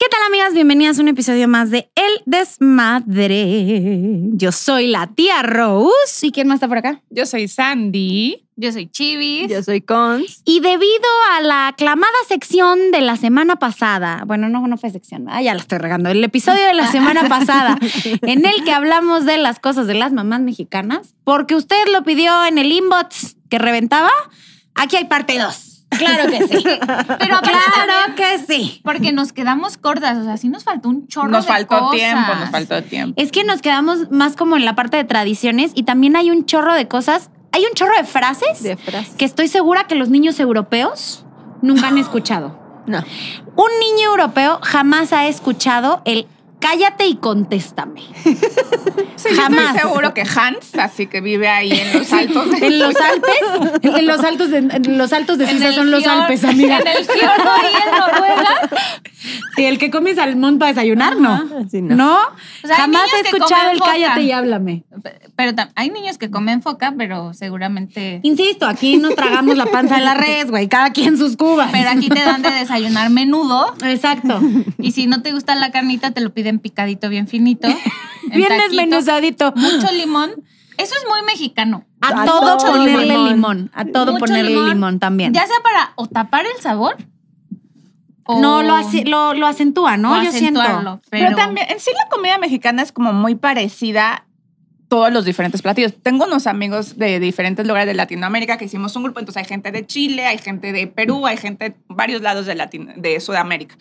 ¿Qué tal, amigas? Bienvenidas a un episodio más de El Desmadre. Yo soy la tía Rose. ¿Y quién más está por acá? Yo soy Sandy. Yo soy Chivis. Yo soy Cons. Y debido a la aclamada sección de la semana pasada, bueno, no, no fue sección, ah, ya la estoy regando, el episodio de la semana pasada, en el que hablamos de las cosas de las mamás mexicanas, porque usted lo pidió en el inbox que reventaba, aquí hay parte 2. Claro que sí. Pero aparte claro que también- sí. Porque nos quedamos cortas, o sea, sí nos faltó un chorro Nos de faltó cosas. tiempo, nos faltó tiempo. Es que nos quedamos más como en la parte de tradiciones y también hay un chorro de cosas, hay un chorro de frases De frases. que estoy segura que los niños europeos nunca han escuchado. No. Un niño europeo jamás ha escuchado el cállate y contéstame. Sí, Yo jamás. estoy seguro que Hans, así que vive ahí en los altos. de- En los Alpes, en los altos de, en los altos de En Suiza el son los fior- Alpes, amiga. En el fiordo ahí en Noruega. Sí, el que come salmón para desayunar, no. Así No, no. O sea, hay jamás niños he que escuchado comen el foca. cállate y háblame. Pero tam- hay niños que comen foca, pero seguramente... Insisto, aquí nos tragamos la panza de la res, güey, cada quien sus cubas. Pero aquí te dan de desayunar menudo. Exacto. Y si no te gusta la carnita, te lo piden picadito, bien finito. en Bien taquitos, desmenuzadito. Mucho limón. Eso es muy mexicano. A A todo todo ponerle limón. limón. A todo Mucho ponerle limón, también. Ya sea para o tapar el sabor. o- No, lo, hace- lo, lo acentúa, ¿no? o Yo siento. acentuarlo, Pero, también, en sí la comida mexicana es como muy parecida a todos los diferentes platillos. Tengo unos amigos de diferentes lugares de Latinoamérica que hicimos un grupo, entonces hay gente de Chile, hay gente de Perú, hay gente de varios lados de, Latino- de Sudamérica.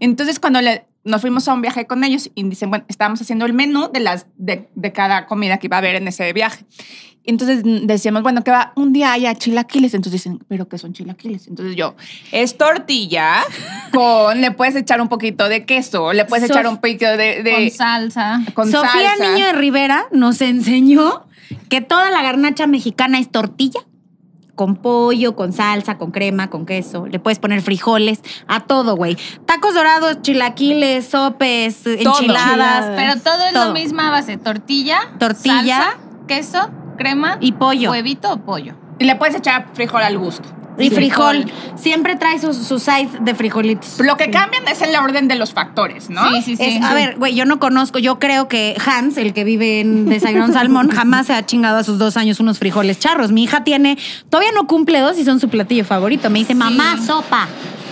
Entonces cuando le- nos fuimos a un viaje con ellos y dicen, bueno, estábamos haciendo el menú de, las, de, de cada comida que iba a haber en ese viaje. Entonces mm, decíamos, bueno, que va un día haya chilaquiles. Entonces dicen, ¿pero qué son chilaquiles? Entonces yo, es tortilla con, le puedes echar un poquito de queso, le puedes Sof- echar un poquito de. de- con salsa. con Sofía salsa. Niño de Rivera nos enseñó que toda la garnacha mexicana es tortilla. Con pollo, con salsa, con crema, con queso. Le puedes poner frijoles, a todo, güey. Tacos dorados, chilaquiles, sopes, enchiladas Enchiladas. Pero todo es Todo. la misma base: tortilla, Tortilla. salsa, queso, crema, y pollo. huevito o pollo. Y le puedes echar frijol al gusto. Y frijol. Frijol. Siempre trae su, su side de frijolitos. Lo que cambian es en la orden de los factores, ¿no? Sí, sí, sí. Es- Sí. A ver, güey, yo no conozco, yo creo que Hans, el que vive en Desayuno Salmón, jamás se ha chingado a sus dos años unos frijoles charros. Mi hija tiene, todavía no cumple dos y son su platillo favorito. Me dice, mamá, sopa.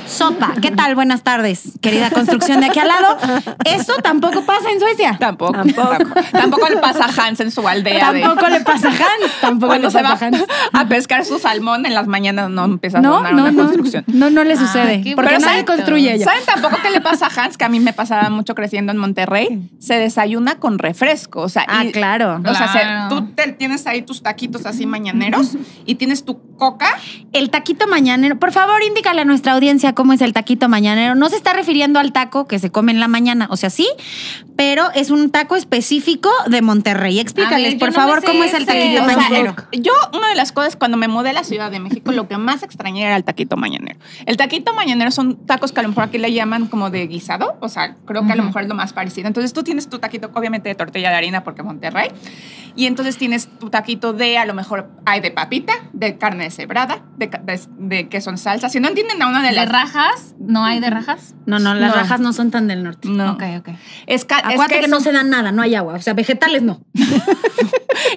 Sopa, ¿qué tal? Buenas tardes, querida construcción de aquí al lado. Eso tampoco pasa en Suecia. Tampoco. Tampoco. Tampoco, tampoco le pasa a Hans en su aldea. de- Tampoco le pasa a Hans, tampoco Cuando le se pasa va a Hans. a pescar su salmón en las mañanas no empieza a No, sonar no, una no, construcción. no, no le Ah, sucede. qué porque bonito. nadie construye ella. ¿Saben tampoco qué le pasa a Hans? Que a mí me pasaba mucho creciendo en Monterrey. Se desayuna con refresco. O sea, Ah, y- claro. O sea, se- Claro. tú te- tienes ahí tus taquitos así mañaneros y tienes tu coca. El taquito mañanero. Por favor, indícale a nuestra audiencia cómo es el taquito mañanero. No se está refiriendo al taco que se come en la mañana, o sea, sí, pero es un taco específico de Monterrey. Explícales, yo por no favor, me sé cómo es el ese. taquito O sea, mañanero. yo, una de las cosas cuando me mudé a la Ciudad de México, lo que más extrañé era el taquito mañanero. El taquito mañanero son tacos que a lo mejor aquí le llaman como de guisado, o sea, creo que a lo Ujú. mejor es lo más parecido. Entonces tú tienes tu taquito, obviamente, de tortilla de harina, porque Monterrey, y entonces tienes tu taquito de, a lo mejor, hay de papita, de carne deshebrada, de, ca- de, de queso en salsa. Si no entienden a una de ¿De las... rajas? ¿No hay de rajas? No, no, las No. rajas no son tan del norte. no. Ok, ok. Es, ca- es Acuérdate que, no queso- se dan nada, no hay agua. O sea, vegetales no.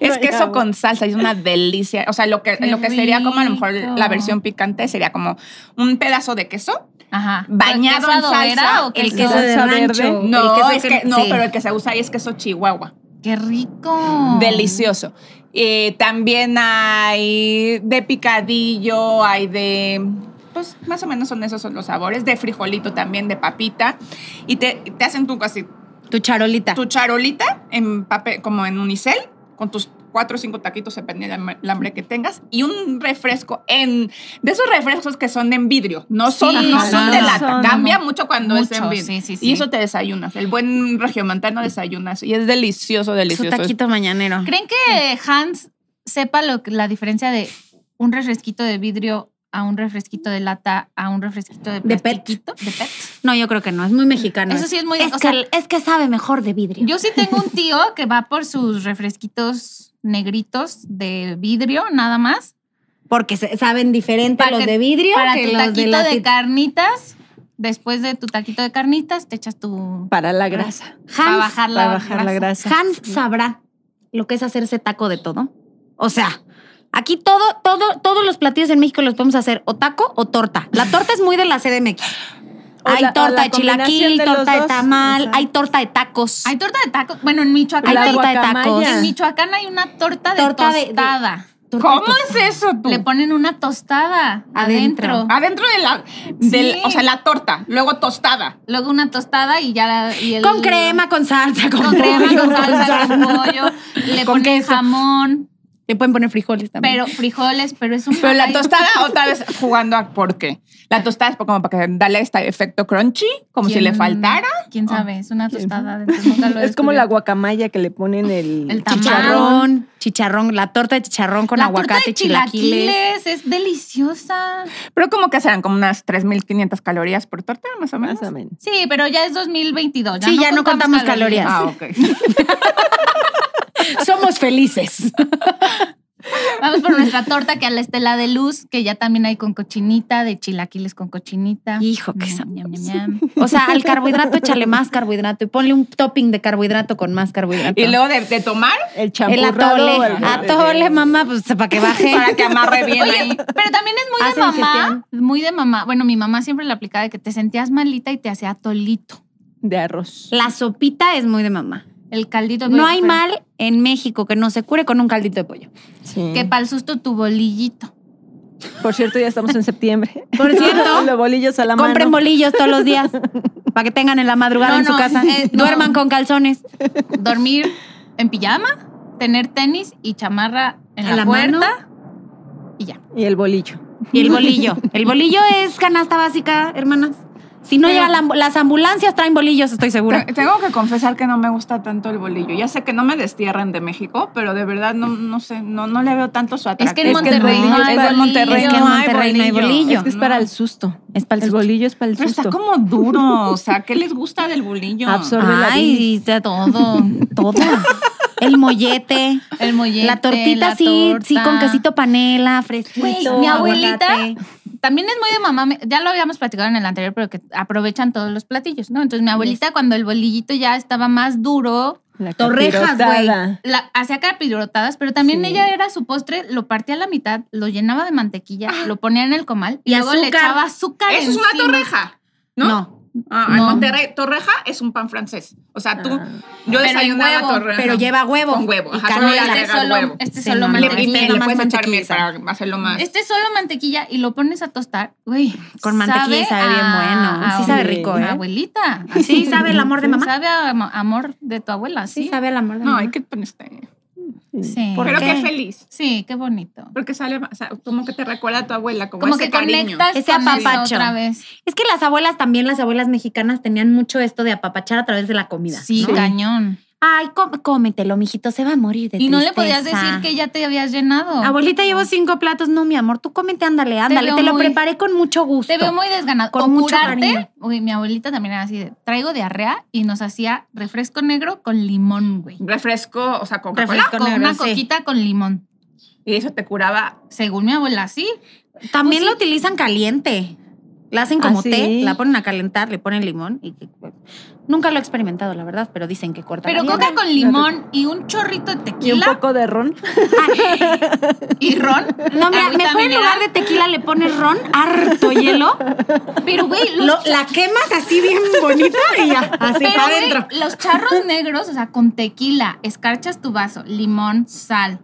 Es No, queso ya, con salsa, es una delicia. O sea, lo que, Qué lo que sería como a lo mejor rico. la versión picante sería como un pedazo de queso Ajá. bañado ¿Queso en adobera salsa. o El queso? queso de salsa rancho. verde. No, el queso es que, no, sí. pero el que se usa ahí es queso chihuahua. ¡Qué Oh. rico! Delicioso. Eh, también hay de picadillo, hay de. Pues más o menos son esos son los sabores. De frijolito también, de papita. Y te, te hacen tu, casi, Tu charolita. tu charolita en papel, como en unicel, con tus cuatro o cinco taquitos, dependiendo del ham- el hambre que tengas, y un refresco en de esos refrescos que son en vidrio, no Sí, son, no ajá, son de no lata, son, cambia no. mucho cuando es en Mucho, vidrio. sí, sí, sí. Y eso te desayunas, el buen regiomontano desayunas y es delicioso, Su delicioso. taquito mañanero. ¿Creen que Hans sepa lo que- la diferencia de un refresquito de vidrio a un refresquito de lata a un refresquito de De pet. plastiquito? De pet. No, yo creo que no. Es muy mexicano. Eso sí es muy... Es, o sea, que, es que sabe mejor de vidrio. Yo sí tengo un tío que va por sus refresquitos negritos de vidrio, nada más. porque se- saben diferente Para los que- de vidrio Para que tu los de taquito de, lati- carnitas Después de tu taquito de carnitas, te echas tu. Para la grasa. para Hans, bajar la para bajar la grasa. Hans sabrá lo que es hacerse taco de todo. O sea, aquí todo, todo, todos los platillos en México los podemos hacer o taco o torta. La torta es muy de la CDMX. O hay la- o torta la de chilaquil, combinación de los torta de dos. tamal, Exacto. hay torta de tacos. Hay torta de taco. Bueno, en Michoacán. Hay La hay- torta de guacamaya. tacos. en Michoacán hay una torta de Torta de- de- tostada. torta de ¿Cómo es eso tú? Le ponen una tostada Adentro. Ah. adentro. Adentro de la. del- Sí. O sea, la torta, luego tostada. Luego una tostada y ya. la- y el- Con crema, con salsa, con, Con crema, pollo, con salsa, con pollo. Le Con ponen queso. jamón, Le pueden poner frijoles también. pero frijoles, pero es un. Pero la malayo. tostada, otra vez jugando a por qué. La tostada es como para que darle este efecto crunchy, como si ¿Quién- le faltara. ¿Quién sabe? Es una tostada. entonces nunca lo he Es como la descubierto. guacamaya que le ponen el, El tamal. chicharrón. chicharrón, chicharrón, la torta de chicharrón con La torta aguacate, de chilaquiles. chilaquiles es deliciosa. Pero como que serán como unas 3.500 calorías por torta, más o menos. Más o menos. Sí, pero ya es 2022. Sí, ya no contamos calorías. Ah, ok. Somos felices. Ah, Vamos por nuestra torta que a la estela de luz, que ya también hay con cochinita, de chilaquiles con cochinita. Hijo, qué Ñam, sabroso. ñam, ñam, ñam. O sea, al carbohidrato échale más carbohidrato y ponle un topping de carbohidrato con más carbohidrato. y luego de, de tomar El el champurrado. atole, el- atole, mamá, pues para que baje. para que amarre bien ahí. Pero también es muy de Hace mamá. digestión. Muy de mamá. Bueno, mi mamá siempre le aplicaba de que te sentías malita y te hacía atolito. De arroz. La sopita es muy de mamá. El caldito. No hay pero- mal en México que no se cure con un caldito de pollo. Sí. Que para el susto tu bolillito. Por cierto, ya estamos en septiembre. Por cierto, Los bolillos a la compren mano. bolillos todos los días para que tengan en la madrugada No, en su no, casa. eh, no. Duerman con calzones. Dormir en pijama, tener tenis y chamarra en la, puerta y ya. Y el bolillo. Y el bolillo. El bolillo es canasta básica, hermanas. Si no Pero- llega la ambu- las ambulancias traen bolillos, estoy segura. Te- Tengo que confesar que no me gusta tanto el bolillo. Ya sé que no me destierran de México, pero de verdad no, no sé, no, no le veo tanto su atractivo. Es que en Es que el Monterrey no bolillo- hay es de bolillo. Monterrey, Es que en no hay Monterrey no hay bolillo. Es que es para el susto. Es para el El susto. bolillo es para el Pero está susto. como duro. O sea, ¿qué les gusta del bolillo? Absorbe la bilis. Ay, está todo, todo. El mollete, El mollete. la tortita la sí, sí torta. con quesito panela, Güey, fresquito. mi abuelita aguacate. también es muy de mamá. me- Ya lo habíamos platicado en el anterior, pero que aprovechan todos los platillos, ¿no? Entonces mi abuelita cuando el bolillito ya estaba más duro, La Torrejas, güey. capirotada. la, hacía capirotadas, pero también Sí. ella era su postre, lo partía a la mitad, lo llenaba de mantequilla, lo ponía en el comal y, Y luego le azúcar. echaba azúcar. Eso es encima. una torreja, ¿no? No, Ah, en No. Monterrey, torreja es un pan francés. O sea, tú, Ah. yo Pero desayunaba en huevo, torreja. pero lleva huevo. Con huevo, Y ajá, Pero solo le canela. este agregas solo, huevo. este Sí, solo no, no, Le- este y es miel, lo le más puedes echar miel mantequilla. para hacerlo más. Este es solo mantequilla y lo pones a tostar. Güey, Con mantequilla y sabe bien bueno. Sí sabe rico, ¿eh? Abuelita. Sí, sabe el amor de mamá. Sabe a am- amor de tu abuela, sí. Sí, sabe el amor de no, mamá. hay que poner este. Sí. ¿Por Pero qué? qué feliz. Sí, qué bonito. Porque sale, o sea, como que te recuerda a tu abuela, como, Como ese que cariño. conectas Ese con eso apapacho. otra vez. Es que las abuelas también, las abuelas mexicanas tenían mucho esto de apapachar a través de la comida. Sí, ¿no? cañón. Ay, có- cómetelo, mijito, se va a morir de Y no le tristeza. podías decir que ya te habías llenado. Abuelita, llevo cinco platos. No, mi amor, tú cómete, ándale, ándale. Te, veo lo muy- preparé con mucho gusto. Te veo muy desganado. Con o mucho cariño. curarte. Uy, mi abuelita también era así de, traigo diarrea y nos hacía refresco negro con limón, güey. Refresco, o sea, con Refresco. coca Con negro, una sí. coquita con limón. Y eso te curaba. Según mi abuela, sí. También Pues lo utilizan caliente. La hacen como ¿Ah, sí? té, la ponen a calentar, le ponen limón y que- pues, nunca lo he experimentado, la verdad, pero dicen que corta. Pero la coca diarrea. con limón y un chorrito de Y un tequila poco de ron. y ron. No, mira, agüita mejor en mineral. lugar de tequila le pones ron, harto hielo, Pero, güey, los lo- la quemas así bien bonita y ya, así Pero, para güey, adentro. Los charros negros, o sea, con tequila, escarchas tu vaso, limón, sal,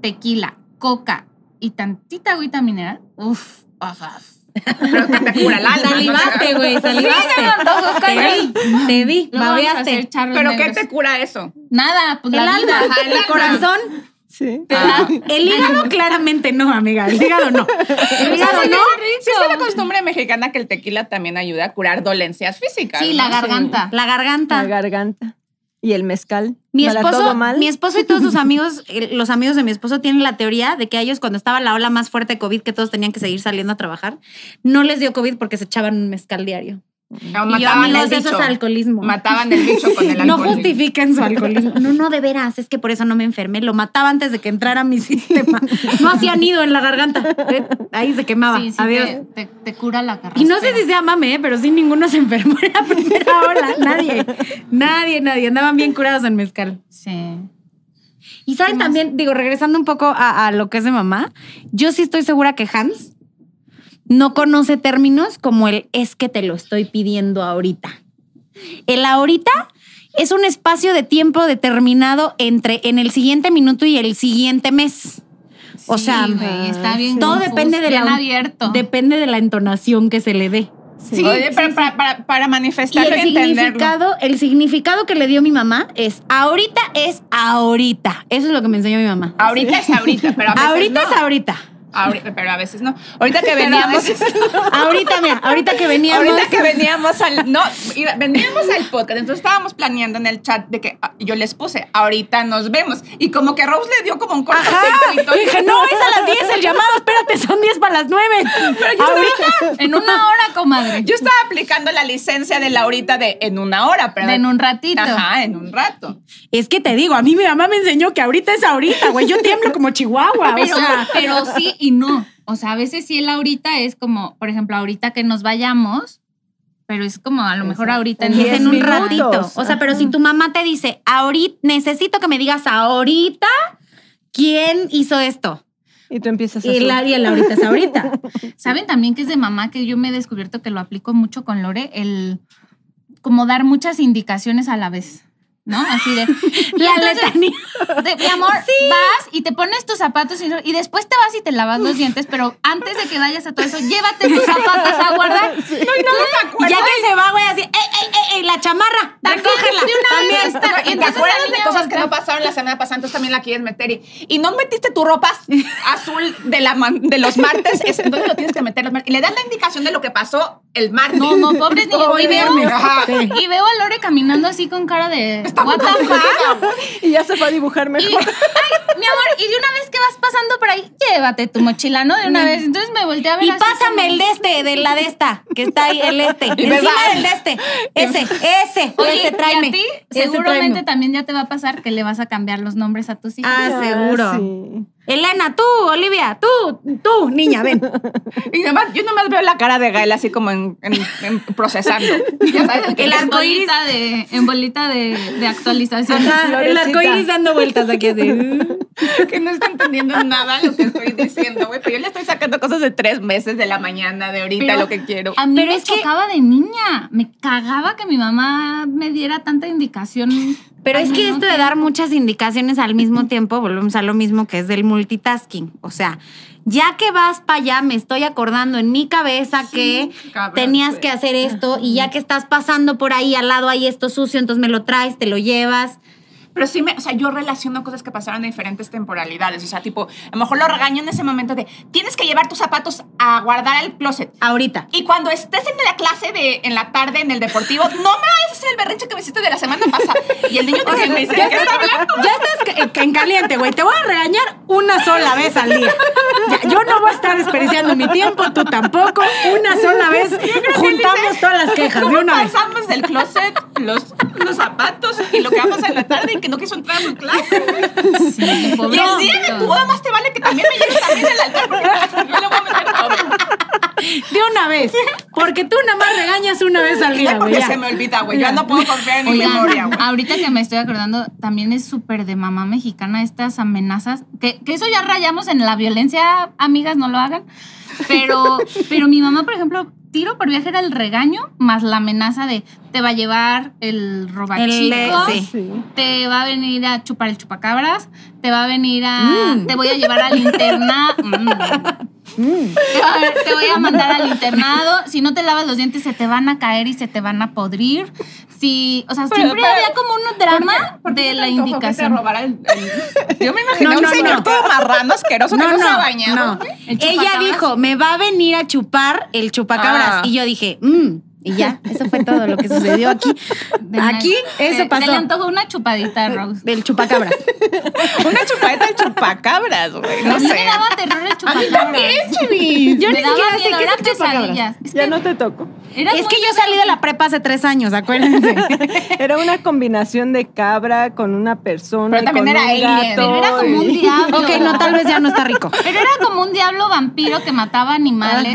tequila, coca y tantita agüita mineral. Uf, uf, uf. Pero que te cura el alma. ¿no? Salivaste, güey, Sí, salivaste. me antojó, Te vi, cañón. te vi, Luego vamos a hacer babeaste. charros Pero ¿qué negros. te cura eso? Nada, pues El la vida. alma, ajá, el el alma. corazón. Sí. Ah. El hígado claramente no, amiga. El hígado no. El hígado no. Sí, está la costumbre mexicana que el tequila también ayuda a curar dolencias físicas. Sí, ¿no? la garganta. La La garganta. garganta. Y el mezcal. Mi Para esposo, todo mal. mi esposo y todos sus amigos, el- los amigos de mi esposo tienen la teoría de que a ellos cuando estaba la ola más fuerte de COVID, que todos tenían que seguir saliendo a trabajar, no les dio COVID porque se echaban un mezcal diario. No, Y yo, mataban amigos, eso el es bicho. alcoholismo. Mataban el bicho con el alcohol. No justifiquen su alcoholismo. No, no, de veras, es que por eso no me enfermé. Lo mataba antes de que entrara a mi sistema. No hacía nido en la garganta. Eh, Ahí se quemaba. Sí, sí, Adiós. te, te- te cura la carrera. Y no sé si sea mame, ¿eh? pero sí ninguno se enfermó en la primera ola. Nadie, nadie, nadie. Andaban bien curados en mezcal. Sí. Y saben ¿Qué más? también, digo, regresando un poco a, a lo que es de mamá, yo sí estoy segura que Hans no conoce términos como el es que te lo estoy pidiendo ahorita. El ahorita es un espacio de tiempo determinado entre en el siguiente minuto y el siguiente mes. O Sí, sea, güey, está bien. todo confuso, depende de la- bien Ah. abierto. Depende de la entonación que se le dé. Sí. Oye, pero para, para, para Y manifestarlo el y entenderlo. significado, el significado que le dio mi mamá es ahorita es ahorita. Eso es lo que me enseñó mi mamá. Ahorita es ahorita, pero a veces Ahorita no. es ahorita. Ahorita- pero a veces no. Ahorita que Pero a veníamos, veces- Ahorita, mira, ahorita que veníamos. ahorita que veníamos al no, iba- veníamos al podcast, entonces estábamos planeando en el chat de que ah, yo les puse, ahorita nos vemos y como que Rose le dio como un cortocircuito. Y dije, no, es a las 10 el llamado, espérate, son 10 para las 9. ahorita. En una hora, comadre. Yo estaba aplicando la licencia de la ahorita de en una hora, pero De en un ratito. Ajá, en un rato. Es que te digo, a mí mi mamá me enseñó que ahorita es ahorita, güey. Yo tiemblo como chihuahua. Pero, pero sí y no. O sea, a veces sí el ahorita es como, por ejemplo, ahorita que nos vayamos, pero es como a lo mejor ahorita Y es Diez en un minutos. ratito. O sea, pero si tu mamá te dice, ahorita, necesito que me digas ahorita quién hizo esto. Y tú empiezas a Y la, y el ahorita es ahorita. ¿Saben también que es de mamá que yo me he descubierto que lo aplico mucho con Lore? El como dar muchas indicaciones a la vez. ¿No? Así de. y La entonces, letanía. de- mi amor, vas y te pones tus zapatos y, no- y después te vas y te lavas los dientes, pero antes de que vayas a todo eso, llévate tus zapatos a guardar. Y ya que se va, güey, así, "Eh, ¡ey, ey, ey, ey! La chamarra, También, recógela. de una también. vez está. Y te Entonces, acuerdas la de niña cosas que voltea. no pasaron la semana pasada, entonces también la quieres meter. Y, y no metiste tu ropa azul de, la, man- de los martes, es- entonces lo tienes que meter los martes. Y le das la indicación de lo que pasó el martes. No, no, pobres niños. Pobre Y veo, niños, ajá. y veo a Lore caminando así con cara de. What the fuck? Y ya se fue a dibujar Y, mejor. ay, mi amor, y de una vez que vas pasando por ahí, llévate tu mochila, ¿no? De una vez. Entonces me volteé a ver. Mm. Y así pásame como- el de este, de la de esta, que está ahí, el este. me Encima va. del de este. Ese, ese, Oye, ese, tráeme. y a ti Ese, seguramente tráeme. también ya te va a pasar que le vas a cambiar los nombres a tus hijos. Ah, seguro. sí. Elena, tú, Olivia, tú, tú, niña, ven. Y nomás- yo nomás veo la cara de Gael así como en, en- en procesando. Ya sabes, que el en arcoíris. bolita de, en bolita de, de actualización. Ajá, el Florecita. arcoíris dando vueltas aquí así. que no está entendiendo nada lo que estoy diciendo, güey. Pero yo le estoy sacando cosas de tres meses de la mañana, de ahorita, Pero lo que quiero. A mí Pero me es que- chocaba de niña. Me cagaba que mi mamá me diera tanta indicación. Pero Ay, es que no, esto de dar muchas indicaciones al mismo tiempo, volvemos a lo mismo que es del multitasking. O sea, ya que vas para allá, me estoy acordando en mi cabeza que cabrón, tenías sí. que hacer esto y ya que estás pasando por ahí al lado hay esto sucio, entonces me lo traes, te lo llevas. Pero sí me, o sea, yo relaciono cosas que pasaron en diferentes temporalidades. O sea, tipo, a lo mejor lo regaño en ese momento de tienes que llevar tus zapatos a guardar al closet. Ahorita. Y cuando estés en la clase de en la tarde en el deportivo, no me vas a hacer el berrinche que me hiciste de la semana pasada. Y el niño te me dice, ¿de qué está hablando? Ya estás en- en caliente, güey. Te voy a regañar una sola vez al día. Ya, yo no voy a estar desperdiciando mi tiempo, tú tampoco. Una sola vez juntamos todas las quejas de ¿Cómo una vez. pasamos del closet los, los zapatos y lo que vamos en la tarde y que no quiso entrar a mi clase? Sí, Y el día de tu boda más te vale que también me lleves también al altar porque yo le voy a meter todo. De una vez. Porque tú nada más regañas una vez al día, Ya güey. porque ya. se me olvida, güey. Yo no puedo confiar en mi Oigan, ah, memoria, güey. ahorita que me estoy acordando, también es súper de mamá mexicana estas amenazas, que, que eso ya rayamos en la violencia, amigas, no lo hagan, pero, pero mi mamá, por ejemplo, tiro por viaje era el regaño más la amenaza de te va a llevar el El, eh, robachicos, sí. Sí. te va a venir a chupar el chupacabras, te va a venir a... Mm. te voy a llevar al Mm. internado, te, va- te voy a mandar al internado, si no te lavas los dientes se te van a caer y se te van a podrir, si, o sea, Pero, siempre pero, había como un drama de la indicación. Yo me imaginé No, un no, señor no. todo marrano, asqueroso, que no, se ha bañado. no. El Ella chupacabras. dijo, me va a venir a chupar el chupacabras. Ah. Y yo dije, mmm. Y ya, eso fue todo lo que sucedió aquí. De una- Aquí, eh, se- eso Se le pasó. antojó una chupadita, Rose. Del chupacabras. Una chupadita de chupacabras, güey. a No mí me sé. daba terror el chupacabras. Yo me ni daba siquiera sé qué miedo, es era el chupacabras. pesadillas. Es Ya que no te toco. Eras es muy que yo salí de la prepa hace tres años, acuérdense. Era una combinación de cabra con una persona. Pero y también con era un alien, gato Pero era como un y- diablo. ok, no, tal vez ya no está rico. Pero era como un diablo vampiro que mataba animales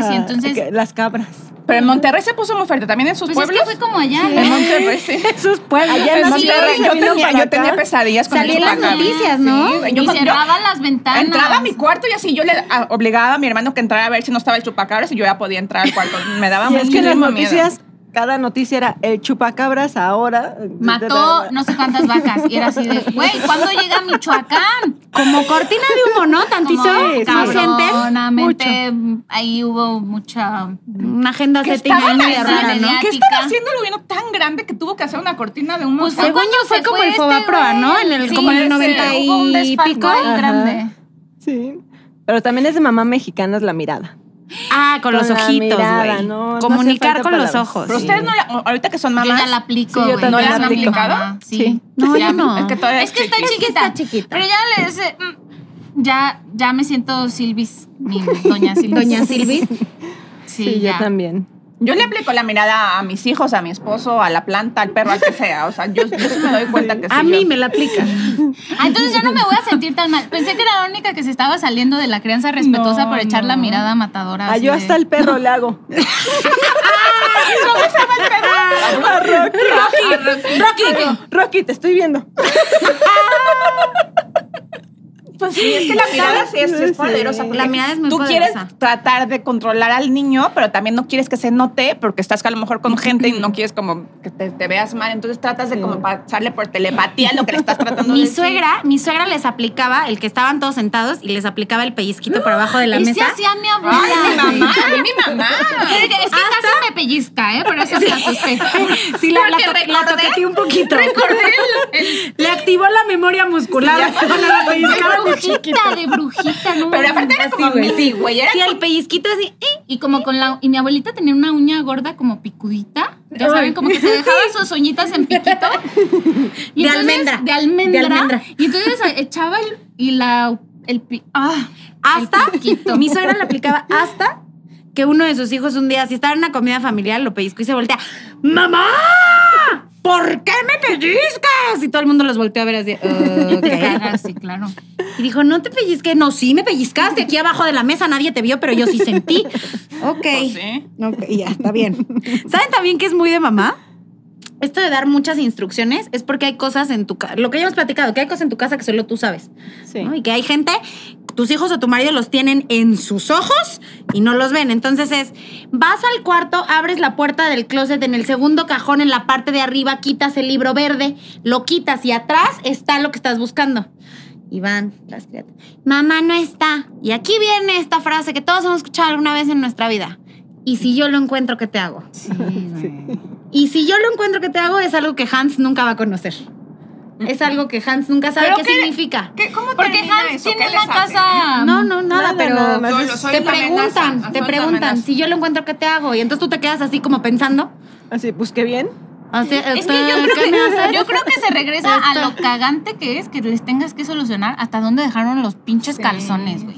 Ajá, y entonces. que- Las cabras. Pero en Monterrey se puso muy fuerte, también en sus Pues es pueblos. que fue como allá, ¿no? En Monterrey, sí. Sus pueblos. Allá En no Monterrey, Pues se yo vino tenía, para yo acá. tenía pesadillas con el Salí en las chupacabra. noticias, ¿no? Sí, güey, Y yo cuando- yo- cerraban las ventanas. Entraba a mi cuarto y así yo le a- obligaba a mi hermano que entrara a ver si no estaba el chupacabras y yo ya podía entrar al cuarto. Me daba Y es que en las muchísimo miedo. noticias, cada noticia era el chupacabras ahora. Mató no sé cuántas vacas. Y era así de, güey, ¿cuándo llega Michoacán? Como cortina de humo, ¿no? Tantito. Como, ¿Sí sienten? cabronamente, ahí hubo mucha. Una agenda Que se estaba media tan- rara, ¿no? que Mediática. estaba haciendo el gobierno tan grande que tuvo que hacer una cortina de un Pues Según yo fue se como fue el este Fobaproa, ¿no? En el, Sí, como en el sí, 90 hubo un y desfalco pico. ahí Ajá. grande. Sí. Pero también es de mamá mexicana es la mirada. Ah, con, los Con la ojitos, mirada, güey. no- no hace Comunicar falta con los palabras. ojos. Pero sí. ustedes no la, ahorita que son Yo mamás. ya la aplico, Sí, yo güey. también ya la es mi aplico. mamá, Sí. Sí. No, Ya, yo no. Es que todavía Es que está chiquis. chiquita. está chiquita. Pero ya le ese, mm, ya, ya me siento Silvis, mi doña Silvis. Doña Silvis. Sí, sí ya. yo también. Yo le aplico la mirada a mis hijos, a mi esposo, a la planta, al perro, al que sea. O sea, yo, yo sí me doy cuenta que sí. A yo- mí me la aplica. Ah, entonces ya no me voy a sentir tan mal. Pensé que era la única que se estaba saliendo de la crianza respetuosa No, por echar la no. mirada matadora. Ah, así yo de- hasta el perro le hago. ¿Cómo se llama el perro? A Rocky. Rocky, Rocky, te estoy viendo. Pues sí, es que la mirada sí es, sí es Sí. poderosa. porque La mirada es muy Tú poderosa. quieres tratar de controlar al niño, pero también no quieres que se note porque estás a lo mejor con gente y no quieres como que te, te veas mal. Entonces tratas de como pasarle por telepatía lo que le estás tratando de Mi decir. suegra, mi suegra les aplicaba el que estaban todos sentados y les aplicaba el pellizquito por abajo de la Y sí mesa. hacía mi abuela. ¡Ay, mi mamá! ¡Mi mamá! Es que casi me pellizca, ¿eh? Por eso me asusté. Sí, la, la, Porque to- la recordé- toqueteé un poquito. Recordé el- el Le activó la memoria muscular. Cuando la pellizcaba de chiquito. brujita, de brujita, ¿no? Pero aparte era como güey. mini, güey. Era Sí, el pellizquito así. ¡eh! Y como con la. Y mi abuelita tenía una uña gorda como picudita. Ya saben, como que se dejaba sus uñitas en piquito. De almendra. De almendra. De almendra. Y entonces eh, echaba el. Y la. El. pi- Ah. Hasta, El piquito. mi suegra le aplicaba hasta que uno de sus hijos un día, si estaba en una comida familiar, lo pellizcó y se voltea. ¡Mamá! ¿Por qué me pellizcas? Y todo el mundo los volteó a ver así. Te "Ok". cagas, Ah, sí, claro. Y dijo, no te pellizqué. No, sí me pellizcaste. Aquí abajo de la mesa nadie te vio, pero yo sí sentí. Ok. Pues sí. Ok, ya, está bien. ¿Saben también que es muy de mamá? Esto de dar muchas instrucciones es porque hay cosas en tu casa, lo que ya hemos platicado, que hay cosas en tu casa que solo tú sabes. Sí. ¿no? Y que hay gente, tus hijos o tu marido los tienen en sus ojos y no los ven. Entonces es, vas al cuarto, abres la puerta del closet en el segundo cajón, en la parte de arriba, quitas el libro verde, lo quitas y atrás está lo que estás buscando. Y van las criaturas. Mamá no está. Y aquí viene esta frase que todos hemos escuchado alguna vez en nuestra vida. Y si yo lo encuentro, ¿qué te hago? Sí, güey. Y si yo lo encuentro, ¿qué te hago? Es algo que Hans nunca va a conocer. Es algo que Hans nunca sabe Pero qué que- significa. ¿Qué, ¿Cómo Porque termina Hans eso? tiene ¿Qué una les hacen? casa. No, no, nada, Nada, pero nada más. Solo- Te solo te una amenaza, ah, preguntan, solo te una preguntan, amenaza. si yo lo encuentro, ¿qué te hago? Y entonces tú te quedas así como pensando. Así, busqué bien. así, "Este, Es que yo ¿qué creo me haces? que, yo creo que se regresa a Esto. lo cagante que es que les tengas que solucionar hasta dónde dejaron los pinches Sí. calzones, güey.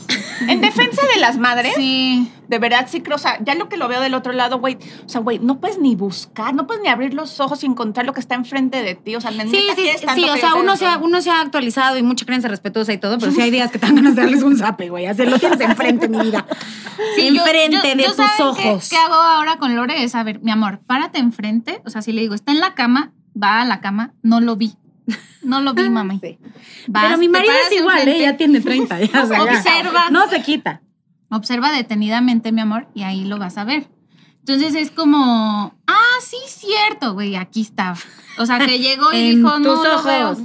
En defensa de las madres, Sí. de verdad sí creo, o sea, ya lo que lo veo del otro lado, güey, o sea, güey, no puedes ni buscar, no puedes ni abrir los ojos y encontrar lo que está enfrente de ti, o sea, neta, Sí, sí, quieres tanto sí, o que sea, yo te- uno se, ha, uno se ha actualizado y mucha creencia respetuosa y todo, pero sí hay días que te dan ganas de darles un zape, güey. Así lo tienes enfrente, mi vida. Sí, yo- enfrente yo- de yo tus ¿saben qué- ojos. ¿Qué hago ahora con Lore? Es, a ver, mi amor, párate enfrente. O sea, si le digo, está en la cama, va a la cama, no lo vi. No lo vi, mami. Sí. Vas, Pero mi te marido paras es igual, ¿eh? enfrente, Ya tiene 30. ya, o sea, ya. Observa. No se quita. Observa detenidamente, mi amor, y ahí lo vas a ver. Entonces es como, ah, sí, cierto, güey, aquí estaba. O sea, que llegó y En dijo, no, tus lo ojos. veo.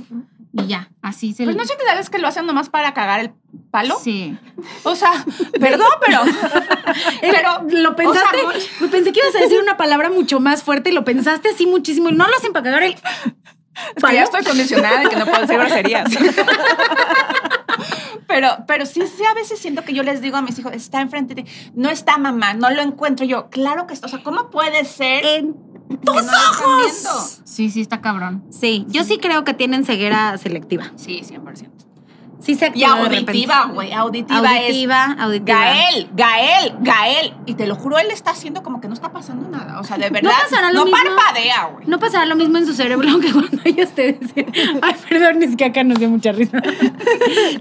Y ya, así se Pues le- no sé te sabes que lo hacen nomás para cagar el palo. Sí. O sea, perdón, pero. pero Eh, lo pensaste, o sea, me pensé que ibas a decir una palabra mucho más fuerte y lo pensaste así muchísimo y no lo hacen para cagar el es que ya estoy condicionada de que no puedo decir groserías. Pero, pero sí, sí, a veces siento que yo les digo a mis hijos, está enfrente de ti, no está mamá, no lo encuentro yo. Claro que está, o sea, ¿cómo puede ser? en ¡Tus ojos. Sí, sí, está cabrón. Sí, yo sí creo que tienen ceguera selectiva. Sí, 100%. Sí se Y activa de auditiva, güey, repente. auditiva, es. Auditiva, auditiva. Gael, Gael, Gael. Y te lo juro, él está haciendo como que no está pasando nada. O sea, de verdad. pasará lo mismo. parpadea, güey. No pasará lo mismo en su cerebro que cuando ellos te decían. Ay, perdón, es que acá nos dio mucha risa.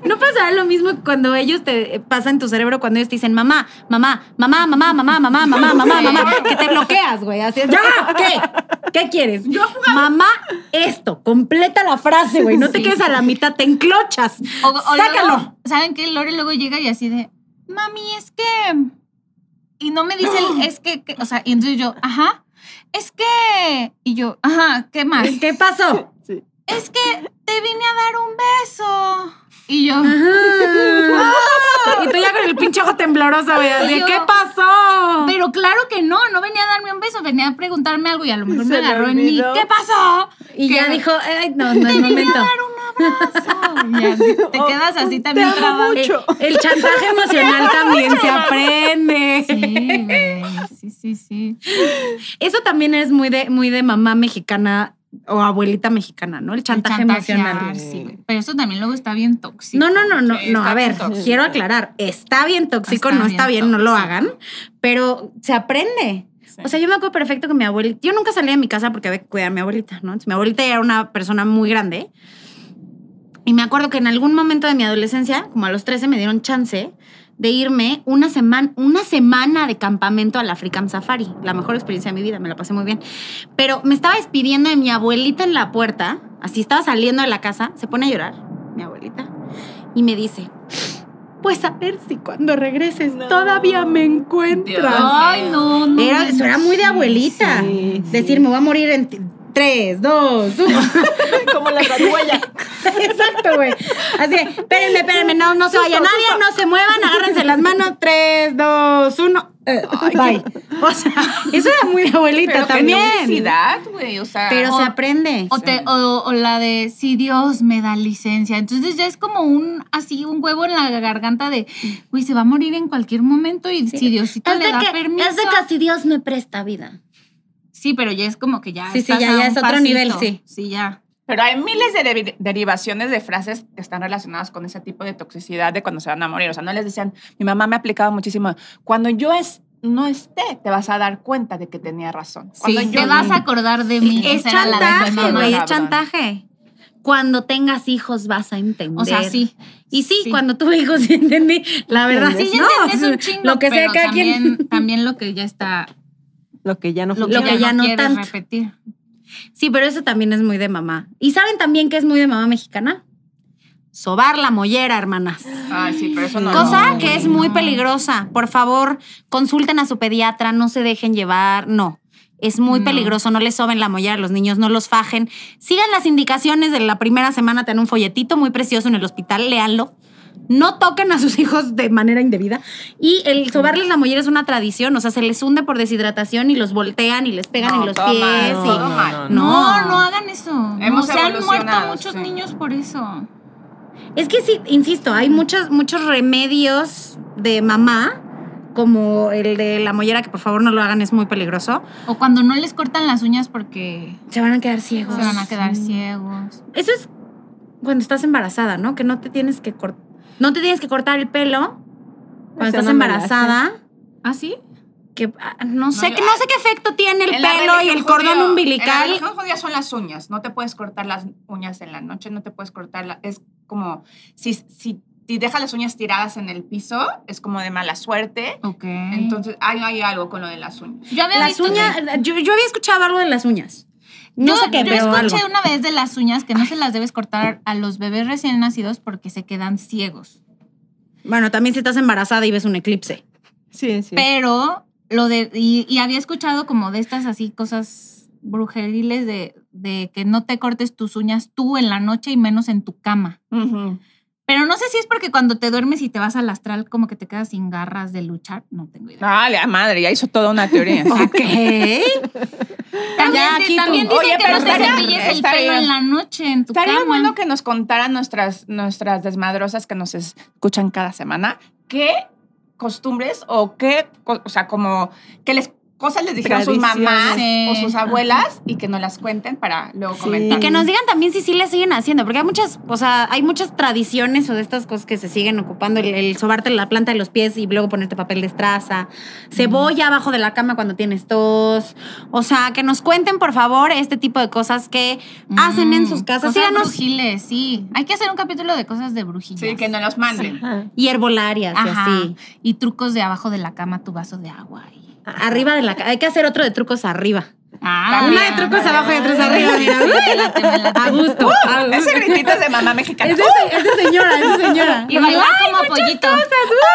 No pasará lo mismo que cuando ellos te pasan tu cerebro cuando ellos te dicen mamá, mamá, mamá, mamá, mamá, mamá, mamá, mamá, mamá, que te bloqueas, güey. Así es. ¡Ya! ¿Qué? ¿Qué quieres? Mamá, esto. Completa la frase, güey. No te Sí. quedes a la mitad, te enclochas. O- o ¡Sácalo! luego, ¿Saben qué? Lore luego llega y así de, mami, es que... Y no me dice, el, es que, que-". o sea, y entonces yo, ajá, es que... Y yo, ajá, ¿qué más? ¿Qué pasó? Sí. Es que te vine a dar un beso. Y yo, Ajá. Y tú ya con el pinche ojo tembloroso, güey. Así, Yo- ¿qué pasó? pero claro que no, no venía a darme un beso, venía a preguntarme algo y a lo mejor Se me le agarró en mí. olvidó. ¿Qué pasó? Y ¿Qué? ya dijo, ay, no, no es Vine a momento. dar un abrazo. Ya, te quedas así también Oh, amo trabado. El, Mucho. el chantaje emocional también se aprende. Sí, güey, sí, sí, sí. Eso también es muy de, muy de mamá mexicana o abuelita mexicana, ¿no? El chantaje, Chantajear, emocional. sí, güey. Pero eso también luego está bien tóxico. No, no, no, no, Sí, no. está A ver, bien tóxico. quiero aclarar. Está bien tóxico, Está no está bien bien, no lo tóxico. hagan, pero se aprende. O sea, yo me acuerdo perfecto que mi abuelita, yo nunca salía de mi casa porque había que cuidar a mi abuelita, ¿no? Entonces, mi abuelita era una persona muy grande. Y me acuerdo que en algún momento de mi adolescencia, como a los 13, me dieron chance de irme una semana, una semana de campamento al African Safari. La mejor experiencia de mi vida, me la pasé muy bien. Pero me estaba despidiendo de mi abuelita en la puerta, así estaba saliendo de la casa, se pone a llorar mi abuelita y me dice, pues a ver si cuando regreses No. todavía me encuentras. Dios. Ay, no, no. Era, eso era muy de abuelita. Sí, sí. Decir, me voy a morir en t- tres, dos, uno. Como la zarigüeya. Exacto, güey. Así, de, espérenme, espérenme, no, no se vaya nadie, no se muevan, agárrense las manos, tres, dos, uno. eh, bye. O sea, eso era muy de abuelita Pero también. qué toxicidad, güey. O sea, Pero se aprende. O, te- o- o la de si Dios me da licencia. Entonces ya es como un así un huevo en la garganta de güey, se va a morir en cualquier momento y si Diosito Es le de, da que, permiso. es de que si Dios me presta vida. Sí, pero ya es como que ya. Sí, sí, estás ya- a ya es un otro nivel, sí. Sí, ya. Pero hay miles de deri- derivaciones de frases que están relacionadas con ese tipo de toxicidad de cuando se van a morir. O sea, no les decían, mi mamá me ha aplicado muchísimo. Cuando yo es, no esté, te vas a dar cuenta de que tenía razón. Cuando Sí, yo te vas a acordar de mí. Es Esa era la de mi chantaje, mamá. güey, es cabrón. chantaje. Cuando tengas hijos vas a entender. O sea, sí. Y sí, Sí. cuando tuve hijos sí entendí, la verdad. Sí, ya no, entendés un chingo, Lo que sea pero cada quien. también, también lo que ya está, Lo que ya no lo fue. que, Lo que ya, ya no no quieres tanto. repetir. Sí, pero eso también es muy de mamá. ¿Y saben también que es muy de mamá mexicana? Sobar la mollera, hermanas. Ay, sí, pero eso no. Cosa no, que güey, es muy no. peligrosa. Por favor, consulten a su pediatra, no se dejen llevar, no. Es muy No. peligroso, no les soben la mollera a los niños, no los fajen. Sigan las indicaciones de la primera semana, te dan un folletito muy precioso en el hospital, léanlo. No toquen a sus hijos de manera indebida. Y el sobarles la mollera es una tradición, o sea, se les hunde por deshidratación y los voltean y les pegan No, en los todo pies. mal, y- todo mal. No, No. no hagan eso. Hemos no, se han muerto evolucionado, muchos sí. niños por eso. Es que sí, insisto, hay muchos, muchos remedios de mamá, como el de la mollera, que por favor no lo hagan, es muy peligroso. O cuando no les cortan las uñas porque Se van a quedar ciegos. se van a quedar ciegos. Eso es cuando estás embarazada, ¿no? Que no te tienes que cortar. No te tienes que cortar el pelo cuando Esa estás no me la embarazada. ¿Ah, sí? Que ah, no sé, yo- que no sé qué efecto tiene el En la pelo y religión el cordón judío- En la umbilical. religión judía son las uñas. No te puedes cortar las uñas en la noche, no te puedes cortar. la- es como si, si, si dejas las uñas tiradas en el piso, es como de mala suerte. Ok. Entonces, hay, hay algo con lo de las uñas. yo había Las visto que- uñas, yo, yo había escuchado algo de las uñas. No yo, sé qué, yo pero escuché algo. una vez de las uñas que no se las debes cortar a los bebés recién nacidos porque se quedan ciegos. Bueno, también si estás embarazada y ves un eclipse. Sí, sí. Pero lo de. Y, y había escuchado como de estas así cosas brujeriles de, de que no te cortes tus uñas tú en la noche y menos en tu cama. Pero no sé si es porque cuando te duermes y te vas al astral, como que te quedas sin garras de luchar. No tengo idea. Dale, a madre, ya hizo toda una teoría. Ok. También, Ah, Ya, di- aquí tú. también dicen Oye, que pero no te estaría- cepilles el estaría- pelo en la noche en tu Estaría cama. bueno que nos contaran nuestras, nuestras desmadrosas que nos escuchan cada semana qué costumbres o qué, co- o sea, como, qué les cosas les dijeron sus Tradiciones. mamás Sí. o sus abuelas y que no las cuenten para luego Sí. comentar. Y que nos digan también si sí le siguen haciendo, porque hay muchas, o sea, hay muchas tradiciones o de estas cosas que se siguen ocupando, el, el sobarte la planta de los pies y luego ponerte papel de estraza, cebolla abajo de la cama cuando tienes tos, o sea, que nos cuenten por favor este tipo de cosas que hacen en sus casas, Cosas síganos brujiles, sí. Hay que hacer un capítulo de cosas de brujillas. Sí, que no los manden. Ajá. y herbolarias Ajá. y así, Y trucos de abajo de la cama, tu vaso de agua. y- arriba de la, ca- hay que hacer otro de trucos arriba, Ah, una de trucos abajo y otros arriba, mira. Me late, me late. a gusto, a gusto. Ese gritito es de mamá mexicana. Es de se- es de señora, es de señora. Y bailar como pollito.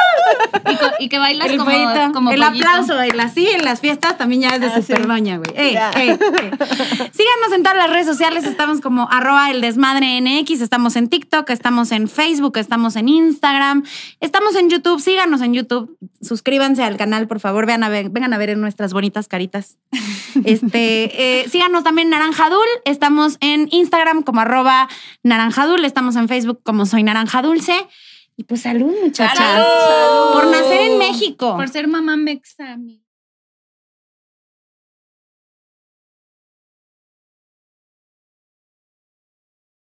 Y, co- y que bailas El como, pollito. como el pollito. aplauso, el así en las fiestas también ya es de Ah, super sí. doña, güey. Ey, Ya. ey, ey. Síganos en todas las redes sociales, estamos como arroba el desmadre NX, estamos en TikTok, estamos en Facebook, estamos en Instagram, estamos en YouTube, síganos en YouTube, suscríbanse al canal, por favor, vean a ver, vengan a ver nuestras bonitas caritas. Este, eh, síganos también en Naranjadul, estamos en Instagram como arroba naranjadul, estamos en Facebook como soy naranja dulce. Y pues salud, muchachas. ¡Salud! Por nacer en México. Por ser mamá mexa, amiga.